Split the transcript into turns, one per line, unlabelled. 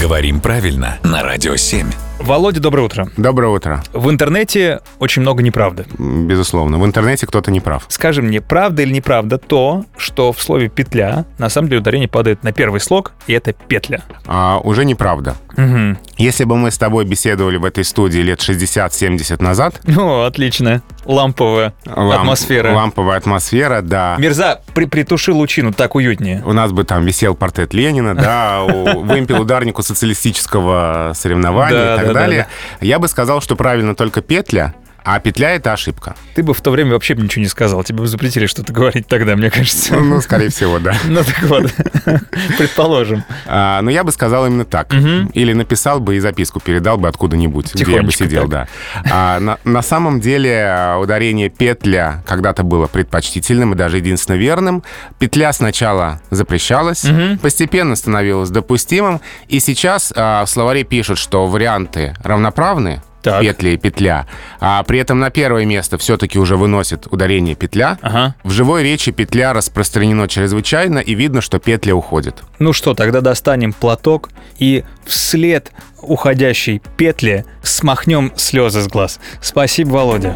Говорим правильно на Радио 7.
Володя, доброе утро.
Доброе утро.
В интернете очень много неправды.
М, Безусловно, в интернете кто-то не прав.
Скажи мне, правда или неправда то, что в слове «петля» на самом деле ударение падает на первый слог, и это «петля».
А уже неправда.
Угу.
Если бы мы с тобой беседовали в этой студии лет 60-70 назад...
Ну, отлично. Ламповая
лам-
атмосфера.
Ламповая атмосфера, да.
Мирза, при- притуши лучину, так уютнее.
У нас бы там висел портрет Ленина, да, у- вымпел ударнику социалистического
Да,
соревнования и
да,
так
да,
далее. Я бы сказал, что правильно только петля, а петля — это ошибка.
Ты бы в то время вообще бы ничего не сказал. Тебе бы запретили что-то говорить тогда, мне кажется.
Ну, скорее всего, да.
Ну так вот, предположим.
А, но я бы сказал именно так. Или написал бы и записку передал бы откуда-нибудь, где я бы
Тихонечко
сидел,
так.
да. А, на, на самом деле а, ударение петля когда-то было предпочтительным и даже единственно верным. Петля сначала запрещалась, постепенно становилась допустимым. И сейчас а, в словаре пишут, что варианты равноправны.
Так.
Петли и петля. А при этом на первое место все-таки уже выносит ударение петля.
Ага.
В живой речи петля распространено чрезвычайно, и видно, что петля уходит.
Ну что, тогда достанем платок и вслед уходящей петли смахнем слезы с глаз. Спасибо, Володя.